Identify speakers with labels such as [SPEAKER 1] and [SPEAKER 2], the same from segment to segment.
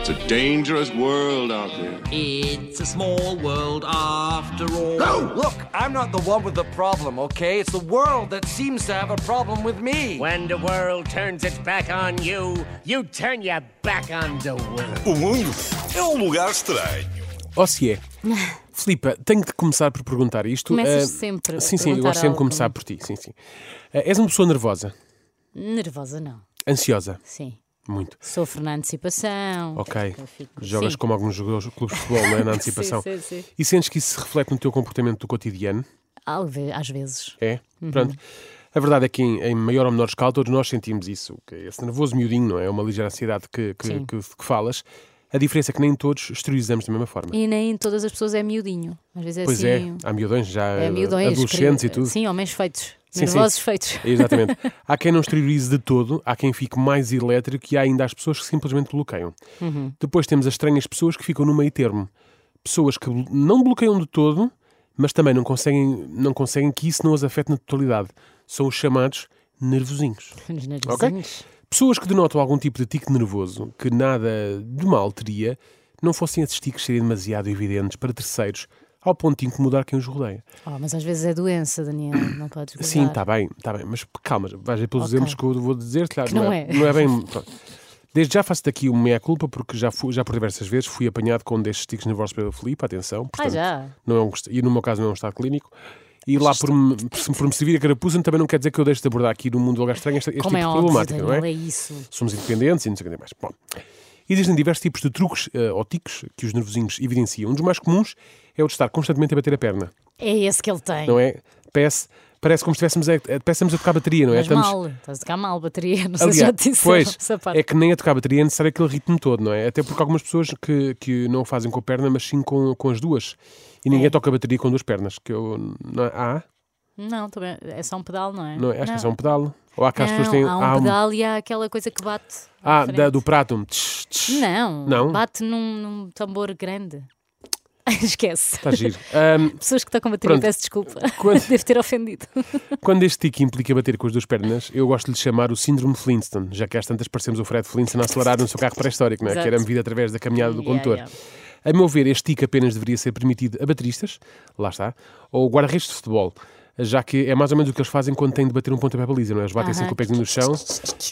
[SPEAKER 1] It's a dangerous world out there.
[SPEAKER 2] It's a small world after all.
[SPEAKER 3] Look, I'm not the one with the problem, okay? It's the world that seems to have a problem with me.
[SPEAKER 4] When the world turns its back on you, you turn your back on the world.
[SPEAKER 5] O mundo é um lugar estranho.
[SPEAKER 6] Ou se é. Filipa, tenho de começar por perguntar isto.
[SPEAKER 7] Começas
[SPEAKER 6] Ah,
[SPEAKER 7] sempre a
[SPEAKER 6] Sim, sim, eu
[SPEAKER 7] perguntar
[SPEAKER 6] gosto sempre
[SPEAKER 7] algo.
[SPEAKER 6] de
[SPEAKER 7] é?
[SPEAKER 6] começar por ti. Sim, sim. Ah, és uma pessoa nervosa,
[SPEAKER 7] Nervosa não,
[SPEAKER 6] ansiosa,
[SPEAKER 7] sim.
[SPEAKER 6] muito.
[SPEAKER 7] Sofro na antecipação.
[SPEAKER 6] Ok.
[SPEAKER 7] É Eu fico-
[SPEAKER 6] Jogas
[SPEAKER 7] sim.
[SPEAKER 6] como alguns jogadores de clubes de futebol, não é? Na antecipação.
[SPEAKER 7] Sim, sim, sim.
[SPEAKER 6] E sentes que isso se reflete no teu comportamento do cotidiano?
[SPEAKER 7] Alve- Às vezes.
[SPEAKER 6] É?
[SPEAKER 7] Uhum.
[SPEAKER 6] Pronto. A verdade é que, em, em maior ou menor escala, todos nós sentimos isso. que é Esse nervoso miudinho, não é? É Uma ligeira ansiedade que, que,
[SPEAKER 7] Sim.
[SPEAKER 6] que, que falas. A diferença é que nem todos exteriorizamos da mesma forma.
[SPEAKER 7] E nem todas as pessoas é miudinho. Às vezes é
[SPEAKER 6] Pois
[SPEAKER 7] assim.
[SPEAKER 6] é, há miudões já
[SPEAKER 7] é miudões.
[SPEAKER 6] adolescentes e
[SPEAKER 7] cri-
[SPEAKER 6] tudo.
[SPEAKER 7] Sim, homens feitos.
[SPEAKER 6] Sim,
[SPEAKER 7] nervosos
[SPEAKER 6] sim.
[SPEAKER 7] feitos.
[SPEAKER 6] Exatamente. Há quem não exteriorize de todo, há quem fique mais elétrico e há ainda as pessoas que simplesmente bloqueiam.
[SPEAKER 7] Uhum.
[SPEAKER 6] Depois temos as estranhas pessoas que ficam no meio termo. Pessoas que blo- não bloqueiam de todo, mas também não conseguem, não conseguem que isso não as afete na totalidade. São os chamados nervosinhos.
[SPEAKER 7] Nos
[SPEAKER 6] Ok?
[SPEAKER 7] narizinhos.
[SPEAKER 6] Pessoas que denotam algum tipo de tique nervoso que nada de mal teria, não fossem esses tiques serem demasiado evidentes para terceiros, ao ponto de incomodar quem os rodeia.
[SPEAKER 7] Oh, mas às vezes é doença, Daniel. Não podes guardar.
[SPEAKER 6] Sim, tá, está bem, está bem, mas calma, vais ver pelos
[SPEAKER 7] Ok.
[SPEAKER 6] exemplos que eu vou dizer, claro,
[SPEAKER 7] Que
[SPEAKER 6] não,
[SPEAKER 7] não
[SPEAKER 6] é,
[SPEAKER 7] é.
[SPEAKER 6] não é bem. pronto. Desde já faço daqui uma meia-culpa, porque já, fui, já por diversas vezes fui apanhado com um destes tiques nervosos pela Filipe, atenção. Portanto,
[SPEAKER 7] Ah, já?
[SPEAKER 6] Não é um, est- e no meu caso não é um estado clínico. E lá por me, por me servir a carapuça também não quer dizer que eu deixe de abordar aqui no mundo do lugar estranho este, este
[SPEAKER 7] Como
[SPEAKER 6] tipo
[SPEAKER 7] é
[SPEAKER 6] de
[SPEAKER 7] óbvio,
[SPEAKER 6] problemática,
[SPEAKER 7] Daniel,
[SPEAKER 6] não é?
[SPEAKER 7] é isso.
[SPEAKER 6] somos independentes e não sei o que mais. Bom, existem diversos tipos de truques eh, ou tiques que os nervosinhos evidenciam. Um dos mais comuns é o de estar constantemente a bater a perna,
[SPEAKER 7] É esse que ele tem.
[SPEAKER 6] não é? Parece, parece como se estivéssemos a, a- parecemos a tocar bateria, não é?
[SPEAKER 7] Mas mal. Estás a tocar mal, bateria. Não sei se já
[SPEAKER 6] Aliás,
[SPEAKER 7] te disse
[SPEAKER 6] pois,
[SPEAKER 7] essa parte.
[SPEAKER 6] é que nem a tocar bateria é necessário aquele ritmo todo, não é? Até porque há algumas pessoas que, que não o fazem com a perna, mas sim com, com as duas. E ninguém toca bateria com duas pernas. Que eu, não, é? há?
[SPEAKER 7] Não, também é só um pedal, não é?
[SPEAKER 6] Não, é? acho que é só
[SPEAKER 7] Não.
[SPEAKER 6] um pedal. Ou há aquelas pessoas que têm.
[SPEAKER 7] Não, há um pedal e há aquela coisa que bate. à
[SPEAKER 6] ah,
[SPEAKER 7] frente.
[SPEAKER 6] da- do prato. Tch, tch.
[SPEAKER 7] Não,
[SPEAKER 6] Não?
[SPEAKER 7] bate num, num tambor grande. Esquece.
[SPEAKER 6] Está Tá giro. Ahm,
[SPEAKER 7] Pessoas que tocam bateria,
[SPEAKER 6] Pronto.
[SPEAKER 7] peço desculpa.
[SPEAKER 6] Quando-
[SPEAKER 7] Devo ter ofendido.
[SPEAKER 6] Quando este tique implica bater com as duas pernas, eu gosto de lhe chamar o síndrome Flintstone, já que às tantas parecemos o Fred Flintstone a acelerar no seu carro pré-histórico, não é? que
[SPEAKER 7] Exato.
[SPEAKER 6] era medido através da caminhada do
[SPEAKER 7] Yeah,
[SPEAKER 6] condutor.
[SPEAKER 7] yeah.
[SPEAKER 6] A meu ver, este tique apenas deveria ser permitido a bateristas, lá está, ou guarda-redes de futebol, já que é mais ou menos o que eles fazem quando têm de bater um pontapé baliza, não é? Eles batem assim
[SPEAKER 7] Aham.
[SPEAKER 6] com o pezinho no chão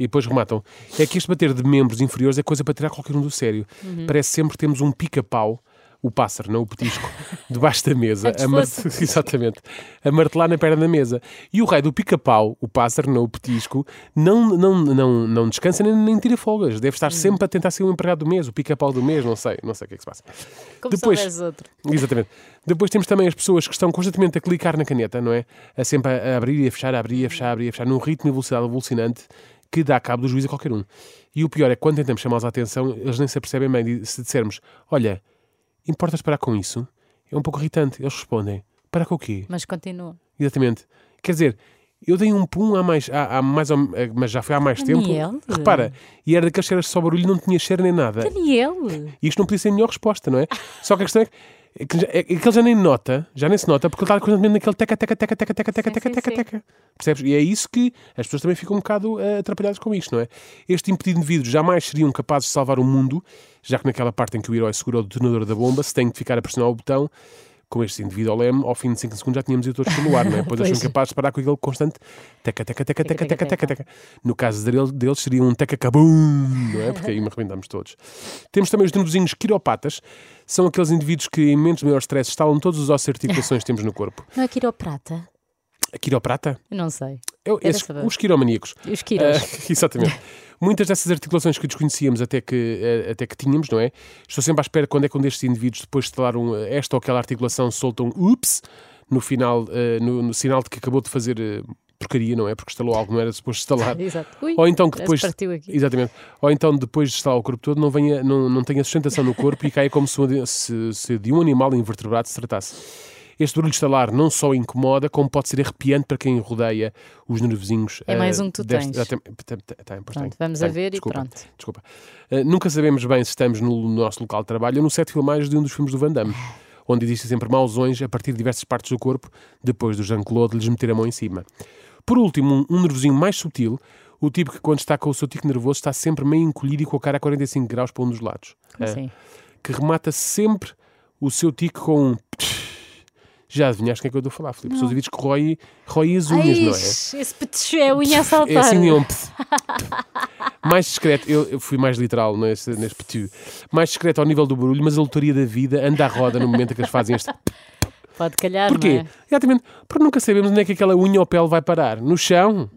[SPEAKER 6] e depois rematam. É que este bater de membros inferiores é coisa para tirar qualquer um do sério. Parece sempre que temos um pica-pau, o pássaro, não o petisco, debaixo da mesa,
[SPEAKER 7] Antes
[SPEAKER 6] a mar-
[SPEAKER 7] fosse.
[SPEAKER 6] Exatamente. A martelar na perna da mesa. E o raio do pica-pau, o pássaro, não o petisco, não, não, não, não descansa nem, nem tira folgas. Deve estar sempre a tentar ser o empregado do mês, o pica-pau do mês, não sei, não sei o que é que se passa.
[SPEAKER 7] Como
[SPEAKER 6] Depois-
[SPEAKER 7] se houvesse outro.
[SPEAKER 6] Exatamente. Depois temos também as pessoas que estão constantemente a clicar na caneta, não é? A sempre a abrir e a fechar, a abrir e a fechar, a abrir e a fechar, num ritmo e velocidade evolucionante que dá cabo do juízo a qualquer um. E o pior é que quando tentamos chamá-los a atenção, eles nem se apercebem bem. E Se dissermos, olha, importas parar com isso? É um pouco irritante. Eles respondem, parar com o quê?
[SPEAKER 7] Mas continua.
[SPEAKER 6] Exatamente. Quer dizer, eu dei um pum há mais, há, há mais ou- eh, mas já foi há mais tempo.
[SPEAKER 7] Daniel?
[SPEAKER 6] Repara, e era daqueles que era só barulho, não tinha cheiro nem nada.
[SPEAKER 7] Daniel!
[SPEAKER 6] E isto não podia ser a melhor resposta, não é? Só que a questão é que. é que já- é que ele já nem nota, já nem se nota, porque ele está constantemente naquele teca, teca, teca, teca, teca, teca,
[SPEAKER 7] Sim,
[SPEAKER 6] teca,
[SPEAKER 7] sim,
[SPEAKER 6] teca,
[SPEAKER 7] sim.
[SPEAKER 6] teca. Percebes? E é isso que as pessoas também ficam um bocado eh, atrapalhadas com isto, não é? Este impedido indivíduo jamais seriam capazes de salvar o mundo, já que naquela parte em que o herói segura o detonador da bomba, se tem que ficar a pressionar o botão, com este indivíduo ao leme, ao fim de 5 segundos já tínhamos ido todos pelo ar, não é? Pois eles
[SPEAKER 7] Pois.
[SPEAKER 6] são capazes de parar com aquele constante teca, teca, teca, teca,
[SPEAKER 7] Teca,
[SPEAKER 6] teca,
[SPEAKER 7] teca,
[SPEAKER 6] teca, teca. No caso dele- deles seria um teca cabum, não é? Porque aí me arrebentamos todos. Temos também os nervosinhos quiropatas, são aqueles indivíduos que em menos maior stress estalam todos os ossos e articulações que temos no corpo.
[SPEAKER 7] Não é quiroprata?
[SPEAKER 6] A quiroprata?
[SPEAKER 7] Eu não sei.
[SPEAKER 6] É, o-
[SPEAKER 7] Era
[SPEAKER 6] esses-
[SPEAKER 7] saber.
[SPEAKER 6] os quiromaníacos.
[SPEAKER 7] E Os quiros.
[SPEAKER 6] Ah, exatamente. Muitas dessas articulações que desconhecíamos até que, eh, até que tínhamos, não é? Estou sempre à espera quando é que um destes indivíduos, depois de estelar um, eh, esta ou aquela articulação, soltam um ups no final, eh, no, no sinal de que acabou de fazer eh, porcaria, não é? Porque estalou algo, que não era suposto estalar.
[SPEAKER 7] Exato. Ui,
[SPEAKER 6] Ou então que
[SPEAKER 7] parece
[SPEAKER 6] depois.
[SPEAKER 7] partiu aqui.
[SPEAKER 6] Exatamente. Ou então depois de estalar o corpo todo, não, venha, não, não tenha sustentação no corpo e caia como se, um- se- se de um animal invertebrado se tratasse. Este barulho de estalar não só incomoda, como pode ser arrepiante para quem rodeia os nervosinhos.
[SPEAKER 7] É
[SPEAKER 6] eh,
[SPEAKER 7] mais um que tu
[SPEAKER 6] deste-
[SPEAKER 7] tens.
[SPEAKER 6] Ah, tem- tem- tem- tem, pois
[SPEAKER 7] Pronto,
[SPEAKER 6] tem,
[SPEAKER 7] vamos
[SPEAKER 6] tem.
[SPEAKER 7] a ver e
[SPEAKER 6] Desculpa,
[SPEAKER 7] pronto.
[SPEAKER 6] Desculpa. Eh, nunca sabemos bem se estamos no nosso local de trabalho ou no set de filmagens de um dos filmes do Van Damme,
[SPEAKER 7] Ah.
[SPEAKER 6] onde existem sempre mausões a partir de diversas partes do corpo, depois do Jean-Claude lhes meter a mão em cima. Por último, um, um nervosinho mais sutil, o tipo que quando está com o seu tico nervoso está sempre meio encolhido e com a cara a 45 graus para um dos lados.
[SPEAKER 7] Como assim?
[SPEAKER 6] Que remata sempre o seu tico com um... Já adivinhaste o que é que eu estou a falar, Filipe? Os ouvidos que roem roem as unhas, não é?
[SPEAKER 7] Ai, esse petiche é a unha a
[SPEAKER 6] É
[SPEAKER 7] saltar.
[SPEAKER 6] assim de um pf, Mais discreto, eu, eu fui mais literal neste, neste petit. Mais discreto ao nível do barulho, mas a lotaria da vida anda à roda no momento em que eles fazem este.
[SPEAKER 7] Pode calhar,
[SPEAKER 6] Porquê?
[SPEAKER 7] não é?
[SPEAKER 6] Exatamente, porque nunca sabemos onde é que aquela unha ou pele vai parar. No chão,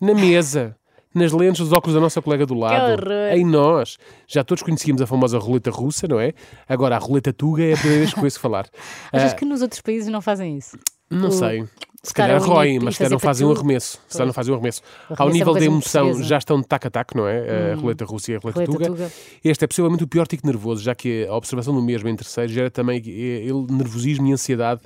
[SPEAKER 6] na mesa, nas lentes dos óculos da nossa colega do lado,
[SPEAKER 7] horror.
[SPEAKER 6] em nós. Já todos conhecíamos a famosa roleta russa, não é? Agora, a roleta tuga é a primeira vez que ouço falar.
[SPEAKER 7] Achas
[SPEAKER 6] Ah,
[SPEAKER 7] que nos outros países não fazem isso?
[SPEAKER 6] Não
[SPEAKER 7] O-
[SPEAKER 6] sei. Se
[SPEAKER 7] tocar
[SPEAKER 6] calhar
[SPEAKER 7] a unha
[SPEAKER 6] roem,
[SPEAKER 7] e
[SPEAKER 6] mas se
[SPEAKER 7] fazer
[SPEAKER 6] calhar não fazem um
[SPEAKER 7] tatu.
[SPEAKER 6] arremesso. Se calhar não fazem um arremesso.
[SPEAKER 7] Arremesso é
[SPEAKER 6] Ao
[SPEAKER 7] uma
[SPEAKER 6] nível da
[SPEAKER 7] coisa muito
[SPEAKER 6] emoção,
[SPEAKER 7] portuguesa.
[SPEAKER 6] já estão de tac a tac, não é? A roleta russa e a roleta,
[SPEAKER 7] Roleta
[SPEAKER 6] tuga.
[SPEAKER 7] tuga.
[SPEAKER 6] Este é possivelmente o pior tico nervoso, já que a observação do mesmo em terceiro gera também eh, ele nervosismo e ansiedade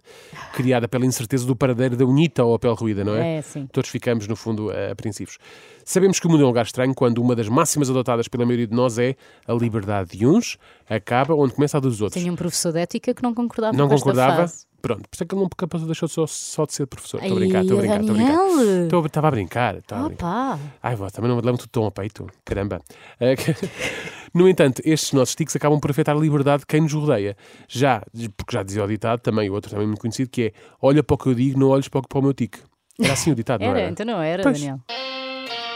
[SPEAKER 6] criada pela incerteza do paradeiro da unita ou a pele ruída, não é?
[SPEAKER 7] É, sim.
[SPEAKER 6] Todos ficamos, no fundo, apreensivos. Sabemos que o mundo é um lugar estranho quando uma das máximas adotadas pela maioria de nós é a liberdade de uns acaba onde começa a dos outros.
[SPEAKER 7] Tinha um professor de ética que não concordava
[SPEAKER 6] Não
[SPEAKER 7] com esta
[SPEAKER 6] concordava?
[SPEAKER 7] frase.
[SPEAKER 6] Pronto, por isso é que ele não capaz deixou só, só de ser professor. Estou a
[SPEAKER 7] Ai,
[SPEAKER 6] brincar, estou a brincar, estou a brincar.
[SPEAKER 7] Daniel!
[SPEAKER 6] Estou- Estava a brincar, estava a brincar.
[SPEAKER 7] Opa!
[SPEAKER 6] Ai, vó, também não me levo o tom ao peito. Caramba. Ah, que- No entanto, estes nossos tiques acabam por afetar a liberdade de quem nos rodeia. Já, porque já dizia o ditado também, outro também muito conhecido, que é olha para o que eu digo, não olhes para o que- para o meu tique. Era assim o ditado, não
[SPEAKER 7] Era,
[SPEAKER 6] era?
[SPEAKER 7] então não era,
[SPEAKER 6] Pois.
[SPEAKER 7] Daniel.